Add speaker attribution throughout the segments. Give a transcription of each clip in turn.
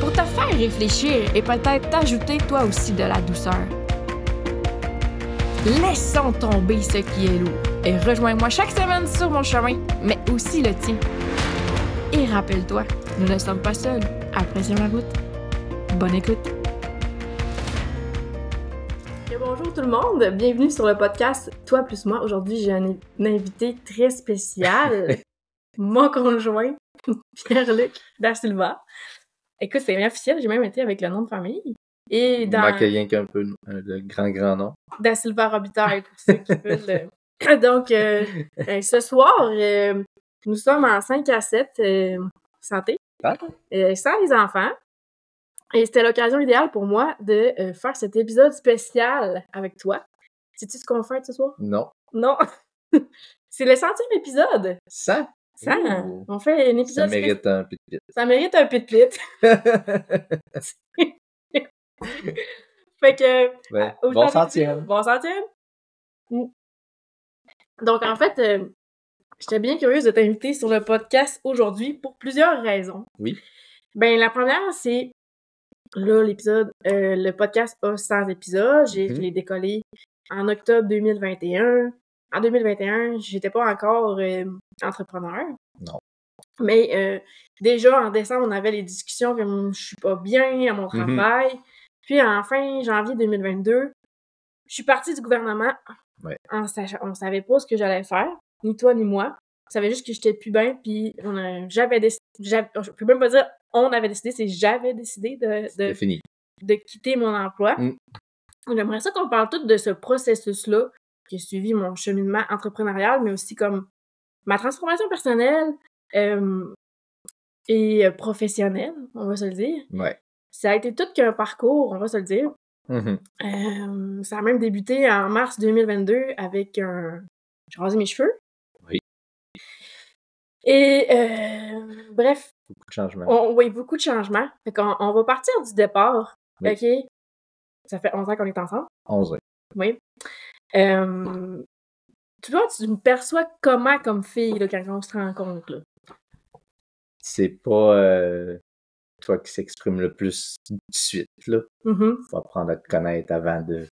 Speaker 1: pour te faire réfléchir et peut-être t'ajouter toi aussi de la douceur. Laissons tomber ce qui est lourd et rejoins-moi chaque semaine sur mon chemin, mais aussi le tien. Et rappelle-toi, nous ne sommes pas seuls. Apprécions la route. Bonne écoute.
Speaker 2: Et Bonjour tout le monde, bienvenue sur le podcast Toi plus moi. Aujourd'hui, j'ai un, un invité très spécial, mon conjoint, Pierre-Luc Da Silva. Écoute, c'est rien officiel, j'ai même été avec le nom de famille. Et
Speaker 3: Il
Speaker 2: dans
Speaker 3: manque rien qu'un peu de- de grand, grand nom.
Speaker 2: Da Silva Robitaille, pour ceux qui veulent. le- Donc, euh, euh, ce soir, euh, nous sommes en 5 à 7, euh, santé.
Speaker 3: Ah.
Speaker 2: euh, sans les enfants. Et c'était l'occasion idéale pour moi de euh, faire cet épisode spécial avec toi. Sais-tu ce qu'on fait ce soir?
Speaker 3: Non.
Speaker 2: Non! C'est le centième épisode!
Speaker 3: Ça,
Speaker 2: Ça,
Speaker 3: Ouh.
Speaker 2: on fait un
Speaker 3: ça
Speaker 2: épisode spécial.
Speaker 3: mérite un petit bit.
Speaker 2: Ça mérite un pit-pit. fait que...
Speaker 3: Ben,
Speaker 2: Au
Speaker 3: bon
Speaker 2: temps des-
Speaker 3: centième.
Speaker 2: Bon centième. Mm. Donc, en fait, euh, j'étais bien curieuse de t'inviter sur le podcast aujourd'hui pour plusieurs raisons.
Speaker 3: Oui.
Speaker 2: Ben, la première, c'est là, l'épisode, euh, le podcast a 100 épisodes. J'ai
Speaker 3: Mhm.
Speaker 2: je l'ai décollé en octobre 2021. En 2021, j'étais pas encore euh, entrepreneur.
Speaker 3: Non.
Speaker 2: Mais euh, déjà en décembre, on avait les discussions comme je suis pas bien à mon
Speaker 3: Mhm.
Speaker 2: travail. Puis en fin janvier 2022, je suis partie du gouvernement.
Speaker 3: Ouais.
Speaker 2: En sachant, on savait pas ce que j'allais faire, ni toi ni moi. On savait juste que j'étais plus bien, puis on a- j'avais décidé, je peux même pas dire on avait décidé, c'est j'avais décidé de, de,
Speaker 3: C'est fini.
Speaker 2: de quitter mon emploi.
Speaker 3: Mm.
Speaker 2: J'aimerais ça qu'on parle tout de ce processus-là qui a suivi mon cheminement entrepreneurial, mais aussi comme ma transformation personnelle euh, et euh, professionnelle, on va se le dire.
Speaker 3: Ouais.
Speaker 2: Ça a été tout qu'un parcours, on va se le dire.
Speaker 3: Mhm.
Speaker 2: Euh, ça a même débuté en mars 2022 avec un... J'ai rasé mes cheveux.
Speaker 3: Oui.
Speaker 2: Et euh, bref,
Speaker 3: Beaucoup de changements.
Speaker 2: on, oui, beaucoup de changements. Fait qu'on on va partir du départ.
Speaker 3: Oui.
Speaker 2: OK? Ça fait 11 ans qu'on est ensemble.
Speaker 3: 11 ans.
Speaker 2: Oui. Euh, tu vois, tu me perçois comment comme fille là, quand on se rencontre? Là?
Speaker 3: C'est pas euh, toi qui s'exprime le plus tout de suite, là.
Speaker 2: Mhm.
Speaker 3: Faut apprendre à te connaître avant de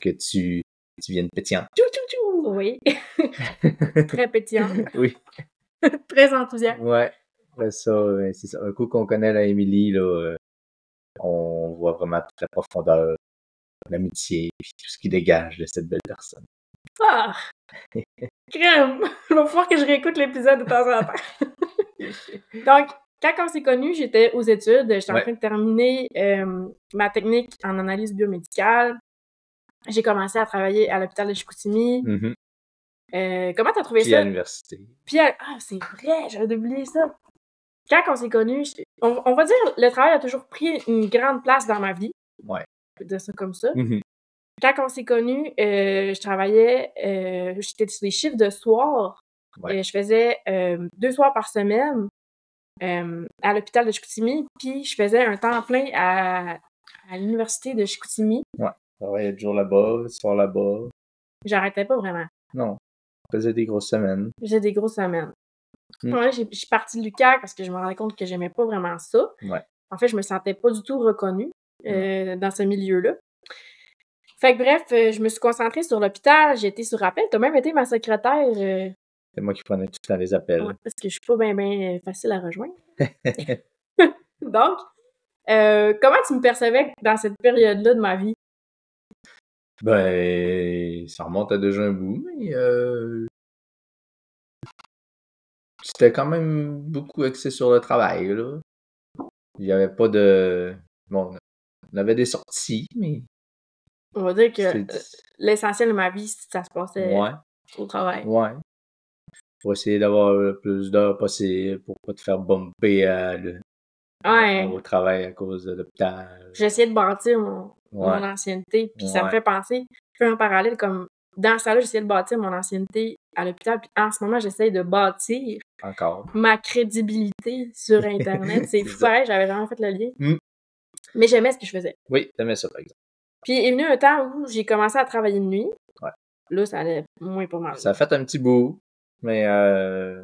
Speaker 3: que tu, tu viennes pétillant.
Speaker 2: Tchou, tchou, tchou! Oui. Très pétillante.
Speaker 3: oui.
Speaker 2: Très enthousiaste.
Speaker 3: Ouais. Après ça, euh, c'est ça. Un coup qu'on connaît la Émilie, là, euh, on voit vraiment toute la profondeur, euh, l'amitié, puis tout ce qui dégage de cette belle personne.
Speaker 2: Ah! Crème! Il va falloir que je réécoute l'épisode de temps en temps. Donc, quand on s'est connus, j'étais aux études. J'étais en
Speaker 3: Ouais.
Speaker 2: train de terminer euh, ma technique en analyse biomédicale. J'ai commencé à travailler à l'hôpital de Chicoutimi.
Speaker 3: Mhm.
Speaker 2: Euh, comment t'as trouvé
Speaker 3: Puis à
Speaker 2: ça?
Speaker 3: l'université.
Speaker 2: Puis à- Ah, c'est vrai, j'avais oublié ça. Quand on s'est connus, j'étais- on, on va dire le travail a toujours pris une grande place dans ma vie.
Speaker 3: Ouais.
Speaker 2: Je peux dire ça comme ça.
Speaker 3: Mhm.
Speaker 2: Quand on s'est connus, euh, je travaillais, euh, j'étais sur les chiffres de soir.
Speaker 3: Ouais.
Speaker 2: Et je faisais euh, deux soirs par semaine euh, à l'hôpital de Chicoutimi, puis je faisais un temps plein à, à l'université de Chicoutimi.
Speaker 3: travaillais toujours là-bas, soir là-bas.
Speaker 2: J'arrêtais pas vraiment.
Speaker 3: Non. On faisait des grosses semaines.
Speaker 2: J'ai des grosses semaines.
Speaker 3: Mm.
Speaker 2: Ouais, j'ai- je suis partie de Lucac parce que je me rendais compte que j'aimais pas vraiment ça.
Speaker 3: Ouais. Mm.
Speaker 2: En fait, je me sentais pas du tout reconnue euh, dans ce milieu-là. Fait que bref, euh, je me suis concentrée sur l'hôpital, j'ai été sur rappel. T'as même été ma secrétaire euh,
Speaker 3: C'est moi qui prenais tout le temps les appels.
Speaker 2: Ouais, parce que je suis pas bien euh, facile à rejoindre. Donc, euh, comment tu me percevais dans cette période-là de ma vie?
Speaker 3: Ben, ça remonte à déjà un bout, mais euh... c'était quand même beaucoup axé sur le travail, là. Il n'y avait pas de... Bon, on avait des sorties, mais...
Speaker 2: On va dire que
Speaker 3: c'est-
Speaker 2: euh, l'essentiel de ma vie, ça se passait
Speaker 3: Ouais,
Speaker 2: au travail.
Speaker 3: ouais. Pour essayer d'avoir le plus d'heures possible, pour pas te faire bumper à le-
Speaker 2: Ouais.
Speaker 3: au travail à cause de l'hôpital.
Speaker 2: J'essayais de bâtir mon,
Speaker 3: Ouais.
Speaker 2: mon ancienneté, puis ça me
Speaker 3: Ouais.
Speaker 2: fait penser, je fais un parallèle comme dans ça là, j'essayais de bâtir mon ancienneté à l'hôpital, puis en ce moment, j'essaye de bâtir
Speaker 3: Encore.
Speaker 2: ma crédibilité sur Internet. C'est
Speaker 3: C'est
Speaker 2: fou,
Speaker 3: ça.
Speaker 2: pareil, j'avais vraiment fait le lien.
Speaker 3: Mm.
Speaker 2: Mais j'aimais ce que je faisais.
Speaker 3: Oui, t'aimais ça, par exemple.
Speaker 2: Puis est venu un temps où j'ai commencé à travailler de nuit.
Speaker 3: Ouais.
Speaker 2: Là, ça allait moins pour mal.
Speaker 3: Ah, Ça a fait un petit bout, mais euh,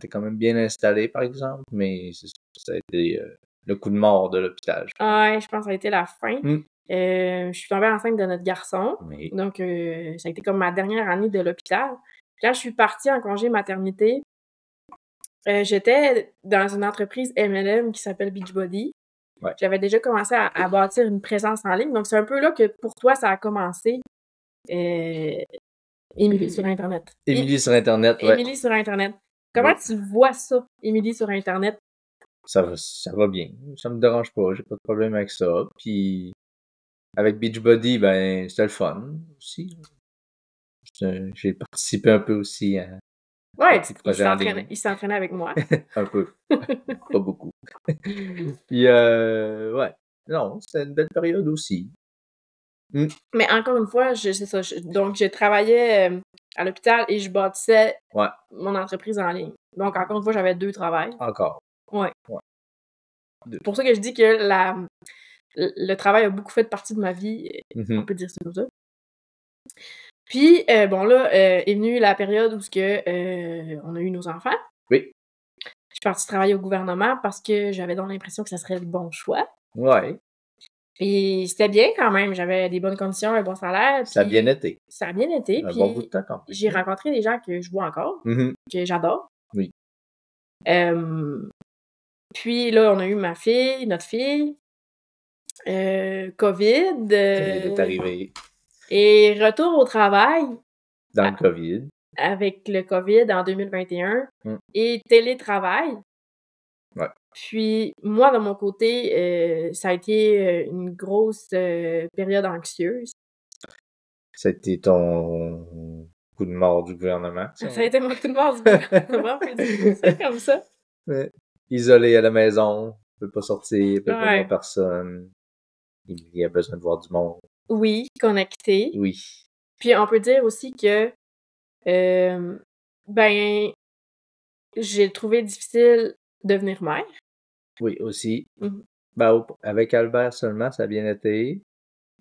Speaker 3: t'es quand même bien installé, par exemple. Mais c'est- ça a été euh, le coup de mort de l'hôpital. je
Speaker 2: Ouais, je pense que ça a été la fin.
Speaker 3: Mm.
Speaker 2: Euh, je suis tombée enceinte de notre garçon.
Speaker 3: pense. Mais
Speaker 2: Donc, euh, ça a été comme ma dernière année de l'hôpital. Puis là, je suis partie en congé maternité. Euh, J'étais dans une entreprise MLM qui s'appelle Beachbody.
Speaker 3: Ouais.
Speaker 2: J'avais déjà commencé à, à bâtir une présence en ligne. Donc, c'est un peu là que pour toi, ça a commencé, euh, Émilie, sur Internet.
Speaker 3: Émilie sur Internet,
Speaker 2: É-
Speaker 3: ouais.
Speaker 2: Émilie sur Internet. Comment
Speaker 3: Ouais.
Speaker 2: tu vois ça, Émilie sur Internet?
Speaker 3: ça va, ça va bien. Ça me dérange pas, j'ai pas de problème avec ça. Puis avec Beachbody, ben c'était le fun aussi. C'est- J'ai participé un peu aussi, à-
Speaker 2: Ouais,
Speaker 3: Petit
Speaker 2: il
Speaker 3: projet en
Speaker 2: s'entraînait-
Speaker 3: ligne.
Speaker 2: il s'entraînait avec moi.
Speaker 3: un peu, pas beaucoup. Puis euh, ouais, non, c'était une belle période aussi.
Speaker 2: Mais encore une fois, je, c'est ça. je- donc, je travaillais euh, à l'hôpital et je bâtissais
Speaker 3: Ouais.
Speaker 2: mon entreprise en ligne. Donc, encore une fois, j'avais deux travails.
Speaker 3: Encore.
Speaker 2: C'est pour ça que je dis que la, le le travail a beaucoup fait partie de ma vie. euh, On
Speaker 3: Mhm.
Speaker 2: peut dire ça comme ça. Puis, euh, bon, là, euh, est venue la période où ce que, euh, on a eu nos enfants.
Speaker 3: Oui.
Speaker 2: Je suis partie travailler au gouvernement parce que j'avais donc l'impression que ça serait le bon choix.
Speaker 3: Ouais,
Speaker 2: Puis c'était bien quand même. J'avais des bonnes conditions, un bon salaire.
Speaker 3: ça a
Speaker 2: puis
Speaker 3: bien été.
Speaker 2: Ça a bien été.
Speaker 3: Un
Speaker 2: puis euh,
Speaker 3: bon bout de temps quand même.
Speaker 2: j'ai rencontré des gens que je vois encore,
Speaker 3: Mhm.
Speaker 2: que j'adore.
Speaker 3: Oui.
Speaker 2: Euh, puis là, on a eu ma fille, notre fille, euh, COVID, euh,
Speaker 3: Il est arrivé
Speaker 2: et retour au travail
Speaker 3: dans
Speaker 2: Bah.
Speaker 3: le COVID.
Speaker 2: avec le COVID en 2021
Speaker 3: Mm.
Speaker 2: et télétravail.
Speaker 3: Ouais.
Speaker 2: Puis moi, de mon côté, euh, ça a été euh, une grosse euh, période anxieuse.
Speaker 3: C'était ton coup de mort du gouvernement.
Speaker 2: Ça a été mon tout de mort du gouvernement, on peut dire ça comme ça.
Speaker 3: isolé à la maison, peut pas sortir, peut pas
Speaker 2: Ouais.
Speaker 3: voir personne. Il y a besoin de voir du monde.
Speaker 2: Oui, connecté.
Speaker 3: Oui.
Speaker 2: Puis on peut dire aussi que, euh, ben, j'ai trouvé difficile de devenir mère.
Speaker 3: Oui, aussi.
Speaker 2: Mhm.
Speaker 3: Ben, au- avec Albert seulement, ça a bien été.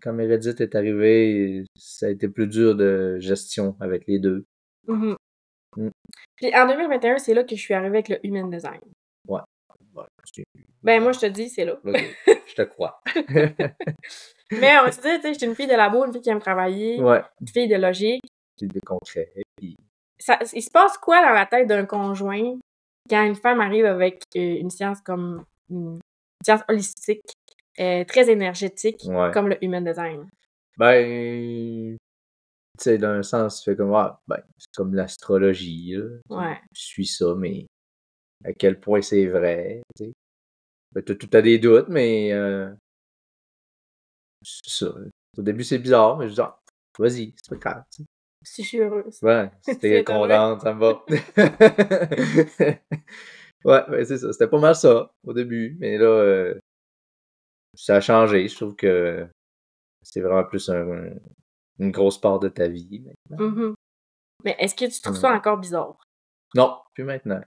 Speaker 3: Quand Meredith est arrivée, ça a été plus dur de gestion avec les deux.
Speaker 2: Mm-hmm.
Speaker 3: Mm.
Speaker 2: Puis en 2021, c'est là que je suis arrivée avec le human design.
Speaker 3: Ouais, je,
Speaker 2: Ben moi, je te dis, c'est là.
Speaker 3: ok, je te crois.
Speaker 2: Mais on va se dire, tu sais, j'étais une fille de labo, une fille qui aime travailler,
Speaker 3: Ouais,
Speaker 2: une fille de logique.
Speaker 3: c'est des concrets. Puis,
Speaker 2: Ça, il se passe quoi dans la tête d'un conjoint quand une femme arrive avec euh, une science comme une science holistique, euh, très énergétique,
Speaker 3: ouais.
Speaker 2: comme le human design?
Speaker 3: Ben, tu sais, d'un sens, tu fais comme, ah, ben, c'est comme l'astrologie, là.
Speaker 2: Ouais.
Speaker 3: je suis ça, mais à quel point c'est vrai, tu sais. Ben, t'as- t'as des doutes, mais euh, c'est ça. Au début, c'est bizarre, mais je dis, ah, vas-y, c'est pas grave, tu sais.
Speaker 2: Si je suis heureuse.
Speaker 3: Ouais, si
Speaker 2: C'est
Speaker 3: t'es contente, ça me va. ouais, ben, c'est ça. C'était pas mal ça, au début, mais là, euh, ça a changé. Je trouve que c'est vraiment plus un- une grosse part de ta vie. maintenant.
Speaker 2: Mhm. Mais est-ce que tu trouves
Speaker 3: Mm.
Speaker 2: ça encore bizarre?
Speaker 3: Non, plus maintenant.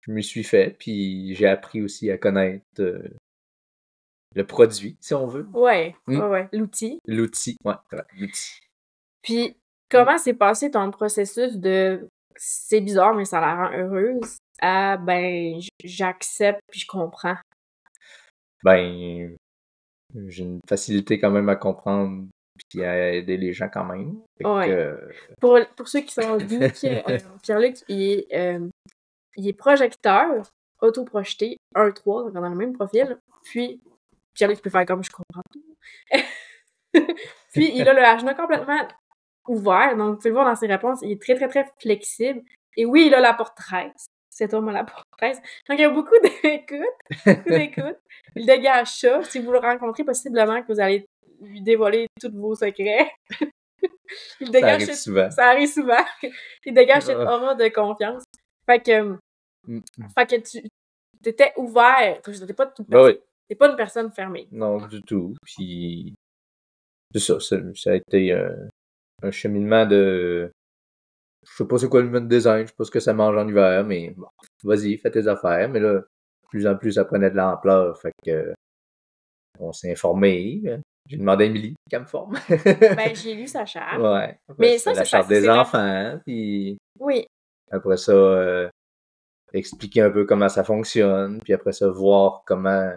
Speaker 3: Je me suis fait, puis j'ai appris aussi à connaître euh, le produit, si on veut.
Speaker 2: Ouais,
Speaker 3: Mm.
Speaker 2: ouais, ouais, l'outil.
Speaker 3: L'outil. Ouais, c'est vrai, l'outil.
Speaker 2: Puis, comment s'est passé ton processus de c'est bizarre, mais ça la rend heureuse à ben, j- j'accepte puis je comprends.
Speaker 3: Ben, j'ai une facilité quand même à comprendre, puis à aider les gens quand même. Fait
Speaker 2: Ouais.
Speaker 3: que- euh,
Speaker 2: Pour, pour ceux qui sont geeks, euh, Pierre-Luc, il, est, euh, il est projecteur, autoprojeté, 1-3, donc on a le même profil. Puis, Pierre-Luc peut faire comme je comprends tout. puis, il a le agenda complètement ouvert, donc vous pouvez le voir dans ses réponses, il est très, très, très flexible. Et oui, il a la porte 13. Cet homme a la porte 13. Donc, il y a beaucoup d'écoute, beaucoup d'écoute. Il dégage ça. Si vous le rencontrez, possiblement que vous allez lui dévoiler tous vos secrets. il
Speaker 3: ça
Speaker 2: dégage
Speaker 3: arrive
Speaker 2: cette
Speaker 3: souvent.
Speaker 2: ça arrive souvent. Il dégage cette
Speaker 3: Ah.
Speaker 2: aura de confiance. euh, Fait que,
Speaker 3: Mm.
Speaker 2: fait que tu, t'étais ouvert. T'étais pas, une
Speaker 3: Ben oui,
Speaker 2: t'es pas une personne fermée.
Speaker 3: non, du tout. Puis, c'est ça, ça, ça a été euh, un cheminement de... Je sais pas c'est quoi le mode design, je sais pas ce que ça mange en hiver, mais bon, vas-y, fais tes affaires. Mais là, de plus en plus, ça prenait de l'ampleur, fait que on s'est informé. hein. J'ai demandé à Émilie qu'elle me forme.
Speaker 2: Ben, j'ai lu sa charte.
Speaker 3: ouais.
Speaker 2: Mais
Speaker 3: Après,
Speaker 2: ça,
Speaker 3: c'était
Speaker 2: c'est
Speaker 3: la charte
Speaker 2: parce que
Speaker 3: des
Speaker 2: c'est la-
Speaker 3: enfants, puis...
Speaker 2: Oui.
Speaker 3: Après ça, euh, expliquer un peu comment ça fonctionne. Puis après ça, voir comment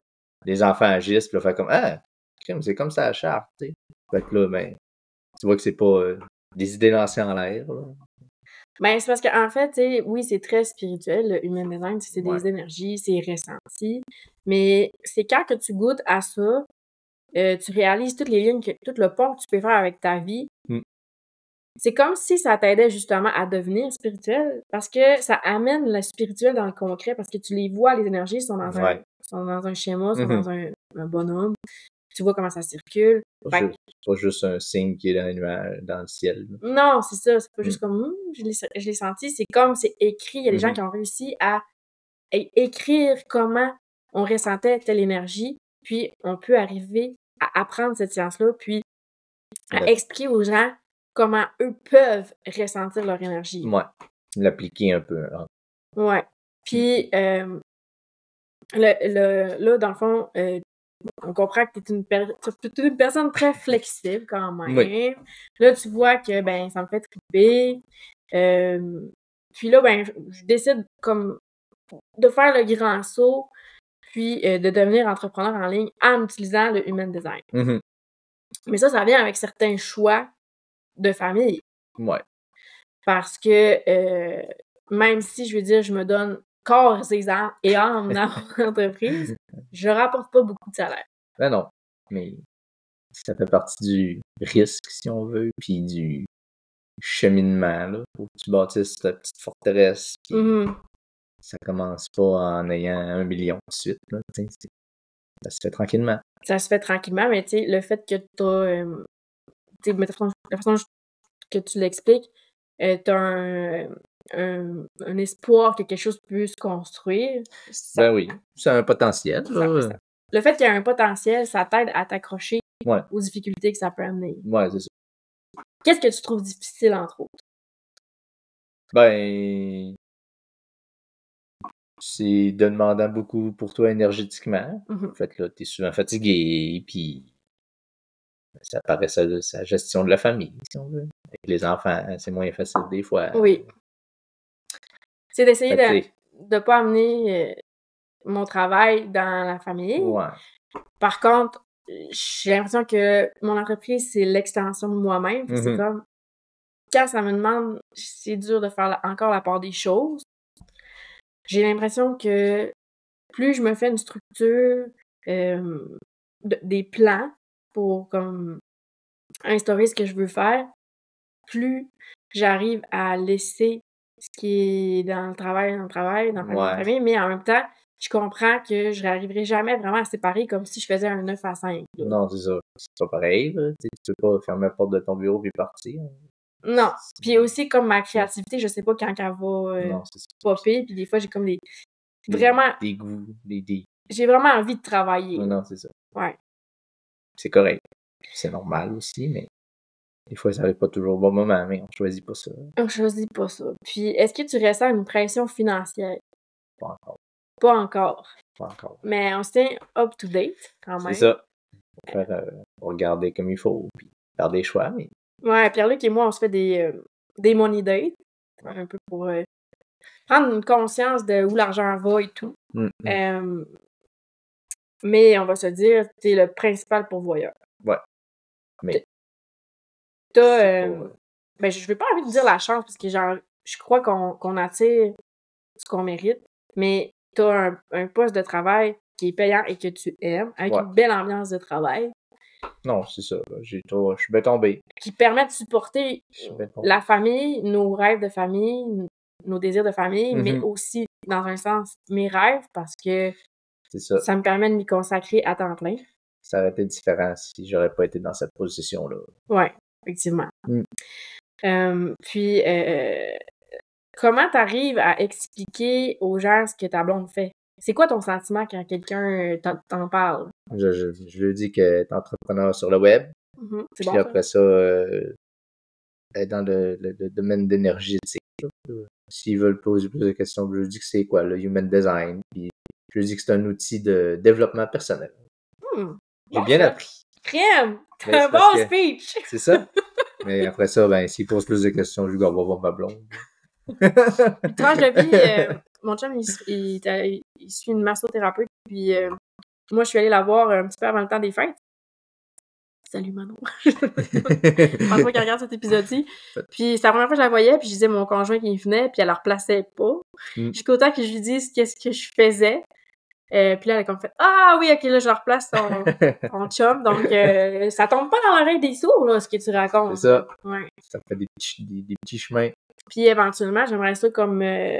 Speaker 3: les enfants agissent. Puis là, faire comme Ah, crime, c'est comme ça la charte. tu sais. Fait que là, ben, tu vois que c'est pas euh, des idées lancées en l'air. là.
Speaker 2: Ben, c'est parce qu'en fait, tu sais, oui, c'est très spirituel, le human design, c'est des
Speaker 3: Ouais.
Speaker 2: énergies, c'est ressenti, mais c'est quand que tu goûtes à ça, euh, tu réalises toutes les lignes, que, tout le pont que tu peux faire avec ta vie.
Speaker 3: Mm.
Speaker 2: C'est comme si ça t'aidait justement à devenir spirituel, parce que ça amène le spirituel dans le concret, parce que tu les vois, les énergies sont dans, un,
Speaker 3: Ouais.
Speaker 2: sont dans un schéma, sont
Speaker 3: Mhm.
Speaker 2: dans un, un bonhomme, tu vois comment ça circule.
Speaker 3: C'est
Speaker 2: Fait
Speaker 3: Pas,
Speaker 2: que-
Speaker 3: juste, c'est pas juste un signe qui est dans, les nuages- dans le ciel. là.
Speaker 2: Non, c'est ça. C'est pas juste comme Hum, je l'ai je l'ai senti. C'est comme c'est écrit. Il y a des gens
Speaker 3: Mhm.
Speaker 2: qui ont réussi à, é- écrire comment on ressentait telle énergie. Puis on peut arriver à apprendre cette science-là, puis à
Speaker 3: Ouais.
Speaker 2: expliquer aux gens comment eux peuvent ressentir leur énergie.
Speaker 3: Ouais. L'appliquer un peu. hein.
Speaker 2: Ouais. Puis, euh, le, le, là, dans le fond, euh, on comprend que t'es une, per- t'es une personne très flexible quand même. Là, tu vois que, ben, ça me fait triper. Euh, puis là, ben, je- je décide comme de faire le grand saut, puis euh, de devenir entrepreneur en ligne en utilisant le human design.
Speaker 3: Mhm.
Speaker 2: Mais ça, ça vient avec certains choix de famille
Speaker 3: Ouais.
Speaker 2: parce que euh, même si, je veux dire, je me donne corps et âme et âme dans mon entreprise, je rapporte pas beaucoup de salaire.
Speaker 3: Ben non. Mais ça fait partie du risque, si on veut, puis du cheminement. Là. Faut que tu bâtisses ta petite forteresse. puis-
Speaker 2: Mhm.
Speaker 3: ça commence pas en ayant un million de suite. Là, tu sais, c'est- ça se fait tranquillement.
Speaker 2: Ça se fait tranquillement, mais tu sais, le fait que tu euh, tu sais, mais de façon- de la façon que tu l'expliques, euh, t'as un, un, un espoir que quelque chose peut se construire. Ça-
Speaker 3: Ben oui, c'est un potentiel. là.
Speaker 2: Ça- Le fait qu'il y a un potentiel, ça t'aide à t'accrocher
Speaker 3: Ouais.
Speaker 2: aux difficultés que ça peut amener.
Speaker 3: Ouais, c'est ça.
Speaker 2: Qu'est-ce que tu trouves difficile, entre autres?
Speaker 3: Ben, c'est de demandant beaucoup pour toi énergétiquement.
Speaker 2: Mhm.
Speaker 3: En fait, là, t'es souvent fatigué, puis ça paraît ça, là, sa gestion de la famille, si on veut. Avec les enfants, hein, c'est moins facile des fois.
Speaker 2: Oui. C'est d'essayer
Speaker 3: Fait que
Speaker 2: de
Speaker 3: t'sais,
Speaker 2: ne pas amener euh, mon travail dans la famille.
Speaker 3: ouais.
Speaker 2: Par contre, j'ai l'impression que mon entreprise, c'est l'extension de moi-même. Fait que C'est
Speaker 3: Mhm.
Speaker 2: comme, quand ça me demande, c'est dur de faire la- encore la part des choses. J'ai l'impression que plus je me fais une structure, euh, de- des plans pour comme instaurer ce que je veux faire, plus j'arrive à laisser ce qui est dans le travail, dans le travail, dans le travail, dans le
Speaker 3: Ouais.
Speaker 2: travail, mais en même temps, je comprends que je n'arriverai jamais vraiment à séparer comme si je faisais un 9 à 5. là.
Speaker 3: Non, c'est ça. C'est pas pareil. là. Tu sais, tu peux pas fermer la porte de ton bureau puis partir.
Speaker 2: Non. Puis aussi, comme ma créativité, je sais pas quand elle va euh,
Speaker 3: non, c'est ça.
Speaker 2: popper, puis des fois, j'ai comme des...
Speaker 3: Des-
Speaker 2: Vraiment,
Speaker 3: Des goûts, des, des
Speaker 2: j'ai vraiment envie de travailler.
Speaker 3: Non, non, c'est ça.
Speaker 2: Ouais.
Speaker 3: C'est correct. C'est normal aussi, mais des fois, ça arrive pas toujours au bon moment, mais on choisit pas ça.
Speaker 2: On choisit pas ça. Puis, est-ce que tu ressens une pression financière?
Speaker 3: Pas encore.
Speaker 2: Pas encore.
Speaker 3: Pas encore.
Speaker 2: Mais on se tient up-to-date, quand
Speaker 3: C'est
Speaker 2: même.
Speaker 3: ça. Faut faire, euh, faut regarder comme il faut, puis faire des choix, mais
Speaker 2: Ouais, Pierre-Luc et moi, on se fait des, euh, des money dates, un peu pour euh, prendre une conscience de où l'argent va et tout.
Speaker 3: Mm, mm.
Speaker 2: Euh, mais on va se dire, t'es le principal pourvoyeur.
Speaker 3: Ouais. Mais-
Speaker 2: T'as,
Speaker 3: C'est
Speaker 2: euh,
Speaker 3: pas, euh,
Speaker 2: ben, je je vais pas envie de dire la chance, parce que genre, je crois qu'on qu'on attire ce qu'on mérite, mais t'as un, un poste de travail qui est payant et que tu aimes, avec
Speaker 3: Ouais.
Speaker 2: une belle ambiance de travail,
Speaker 3: non, c'est ça. là. J'ai trop... Je suis bien tombé.
Speaker 2: qui permet de supporter
Speaker 3: Je suis bien tombé.
Speaker 2: la famille, nos rêves de famille, n- nos désirs de famille, mais
Speaker 3: Mhm.
Speaker 2: aussi, dans un sens, mes rêves, parce que
Speaker 3: C'est ça.
Speaker 2: ça me permet de m'y consacrer à temps plein.
Speaker 3: Ça aurait été différent si j'aurais pas été dans cette position-là.
Speaker 2: Ouais, effectivement.
Speaker 3: Mm.
Speaker 2: Euh, puis, euh, comment t'arrives à expliquer aux gens ce que ta blonde fait? C'est quoi ton sentiment quand quelqu'un euh, t'en- t'en parle?
Speaker 3: Je, je, je lui dis que t'es entrepreneur sur le web,
Speaker 2: Mhm. C'est
Speaker 3: puis
Speaker 2: bon, ça?
Speaker 3: après ça, euh, être dans le, le, le domaine d'énergétique. euh, S'ils veulent poser plus de questions, je lui dis que c'est quoi le human design, puis je lui dis que c'est un outil de développement personnel.
Speaker 2: Hmm.
Speaker 3: J'ai
Speaker 2: Bon,
Speaker 3: bien
Speaker 2: ça.
Speaker 3: appris,
Speaker 2: Crème!
Speaker 3: Ben,
Speaker 2: T'as un
Speaker 3: c'est parce
Speaker 2: bon
Speaker 3: que-
Speaker 2: speech!
Speaker 3: c'est ça. Mais après ça, ben, s'ils posent plus de questions, je lui dis, on va voir ma blonde.
Speaker 2: Une tranche de vie, euh, mon chum, il, s- il, était- il, suit une massothérapeute, puis euh, moi, je suis allée la voir un petit peu avant le temps des fêtes. Salut Manon! Je pense pas qu'elle regarde cet épisode-ci. Puis c'est la première fois que je la voyais, puis je disais mon conjoint qui venait, puis elle la replaçait pas.
Speaker 3: Mm.
Speaker 2: Jusqu'au temps que je lui dise qu'est-ce que je faisais. Euh, puis là, elle a comme fait Ah oui, ok, là, je la replace ton, ton chum. Donc, euh, ça tombe pas dans l'oreille des sourds, là, ce que tu racontes.
Speaker 3: c'est ça.
Speaker 2: Ouais.
Speaker 3: Ça fait des petits, des, des petits chemins.
Speaker 2: Puis éventuellement, j'aimerais ça comme euh,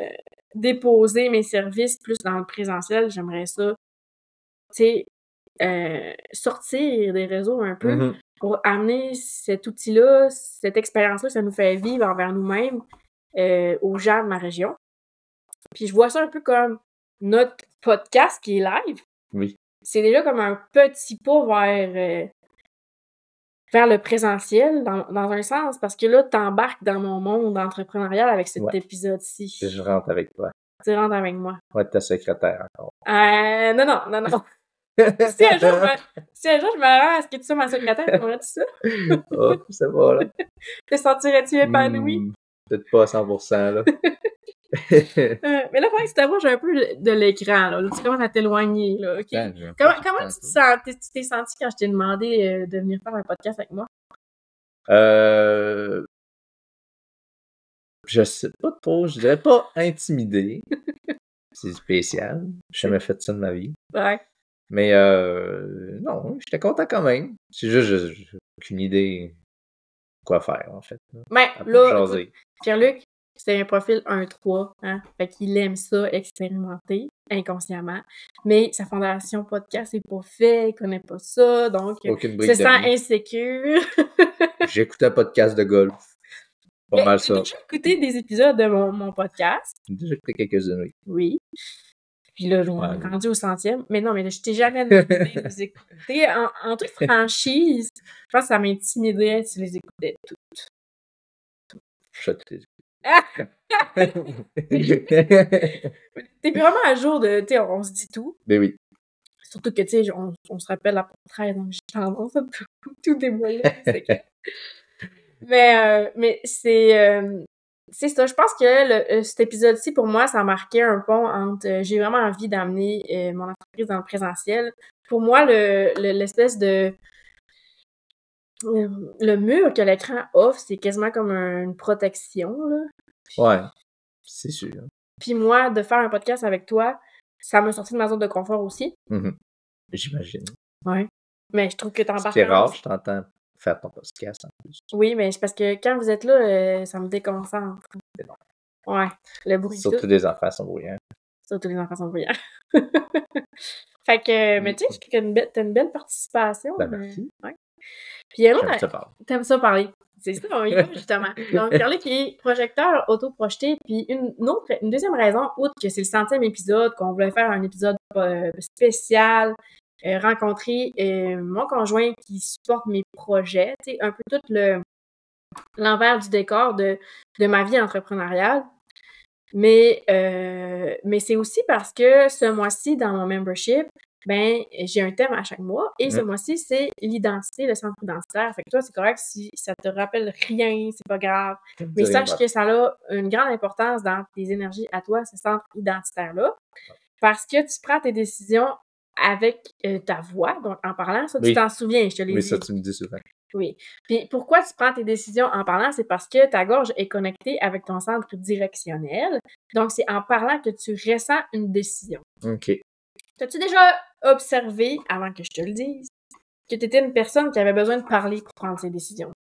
Speaker 2: déposer mes services plus dans le présentiel. J'aimerais ça, tu sais, euh, sortir des réseaux un peu
Speaker 3: Mhm.
Speaker 2: pour amener cet outil-là, cette expérience-là, que ça nous fait vivre envers nous-mêmes, euh, aux gens de ma région. Puis je vois ça un peu comme notre podcast qui est live.
Speaker 3: Oui.
Speaker 2: C'est déjà comme un petit pas vers, euh, vers le présentiel, dans, dans un sens, parce que là, t'embarques dans mon monde entrepreneurial avec cet
Speaker 3: Ouais.
Speaker 2: épisode-ci.
Speaker 3: Je rentre avec toi.
Speaker 2: Tu rentres avec moi.
Speaker 3: On va être ta secrétaire encore.
Speaker 2: Euh, non, non, non, non. si, un jour, je me, si un jour je me rends à ce que tu sois ma secrétaire, t'aimerais-tu ça?
Speaker 3: Oh, ça va, là.
Speaker 2: Te sentirais-tu épanoui?
Speaker 3: Hmm, Peut-être pas à 100%, là.
Speaker 2: Euh, mais là, pendant que tu t'approches un peu de- de l'écran, là, là, tu commences à t'éloigner, là, ok?
Speaker 3: Ben, je-
Speaker 2: Comment, comment tu te sens, t'es- tu t'es senti quand je t'ai demandé euh, de venir faire un podcast avec moi?
Speaker 3: Euh... Je sais pas trop. Je dirais pas intimidé. C'est spécial. J'ai jamais fait ça de ma vie.
Speaker 2: Ouais.
Speaker 3: Mais euh, non, j'étais content quand même. C'est juste, je- j'ai aucune idée quoi faire, en fait.
Speaker 2: Mais
Speaker 3: À part
Speaker 2: Ben, là, écoute,
Speaker 3: jaser.
Speaker 2: Pierre-Luc, c'est un profil 1-3, hein? Fait qu'il aime ça, expérimenter, inconsciemment. Mais sa fondation podcast, c'est pas fait, il connaît pas ça, donc... il
Speaker 3: Aucune
Speaker 2: se
Speaker 3: brique de
Speaker 2: sent
Speaker 3: mie.
Speaker 2: insécure.
Speaker 3: J'écoutais un podcast de golf. Pas
Speaker 2: Mais
Speaker 3: mal
Speaker 2: j'ai
Speaker 3: ça.
Speaker 2: déjà écouté des épisodes de mon, mon podcast.
Speaker 3: J'ai déjà écouté quelques-unes, oui.
Speaker 2: Oui. Puis là, on est
Speaker 3: Ouais.
Speaker 2: rendu au centième. Mais non, mais là, je t'ai jamais demandé de les écouter. En, en toute franchise, je pense que ça m'intimiderait si tu les écoutais tous.
Speaker 3: Je sais
Speaker 2: Ah!
Speaker 3: tout.
Speaker 2: T'es vraiment à jour de, tu sais, on se dit tout.
Speaker 3: Ben oui.
Speaker 2: Surtout que, tu sais, on, on se rappelle la portraite, donc j'ai tendance à tout, tout dévoiler. c'est que- mais, euh, mais c'est, euh, c'est ça. Je pense que le- euh, cet épisode-ci, pour moi, ça marquait un pont entre, euh, j'ai vraiment envie d'amener euh, mon entreprise dans le présentiel. Pour moi, le, le- l'espèce de, euh, le mur que l'écran offre, c'est quasiment comme un- une protection, là.
Speaker 3: Ouais. C'est sûr.
Speaker 2: Puis moi, de faire un podcast avec toi, ça m'a sorti de ma zone de confort aussi.
Speaker 3: Mhm. J'imagine.
Speaker 2: Ouais. Mais je trouve que t'embarques.
Speaker 3: C'est rare, je t'entends faire ton podcast. hein. en plus.
Speaker 2: Oui, mais c'est parce que quand vous êtes là, euh, ça me déconcentre.
Speaker 3: C'est bon.
Speaker 2: Ouais, le bruit de
Speaker 3: Surtout des enfants sont bruyants.
Speaker 2: Surtout les enfants sont bruyants. fait que, mais tu sais, je trouve que t'as une belle- t'as une belle participation.
Speaker 3: Mm. Ben,
Speaker 2: mais-
Speaker 3: merci.
Speaker 2: Oh, Ouais. Puis il y a un autre-
Speaker 3: J'aime ça parler.
Speaker 2: T'aimes ça parler. C'est ça, on y va justement. Donc, Carly qui est projecteur autoprojeté, puis une, une autre, une deuxième raison, outre que c'est le centième épisode, qu'on voulait faire un épisode euh, spécial, euh, rencontrer euh, mon conjoint qui supporte mes projets, tu sais, un peu tout le l'envers du décor de, de ma vie entrepreneuriale. Mais, euh, mais c'est aussi parce que ce mois-ci, dans mon membership, ben, j'ai un thème à chaque mois. Et ce
Speaker 3: Mm.
Speaker 2: mois-ci, c'est l'identité, le centre identitaire. Fait que toi, c'est correct si ça te rappelle rien, c'est pas grave. Mais
Speaker 3: Dire,
Speaker 2: sache que ça a une grande importance dans tes énergies à toi, ce centre identitaire-là, parce que tu prends tes décisions avec euh, ta voix, donc en parlant, ça, tu
Speaker 3: Oui.
Speaker 2: t'en souviens, je te l'ai
Speaker 3: Oui,
Speaker 2: dit.
Speaker 3: ça, tu me dis souvent.
Speaker 2: Oui. Puis pourquoi tu prends tes décisions en parlant, c'est parce que ta gorge est connectée avec ton centre directionnel, donc c'est en parlant que tu ressens une décision.
Speaker 3: OK.
Speaker 2: T'as-tu déjà observé, avant que je te le dise, que tu étais une personne qui avait besoin de parler pour prendre ses décisions?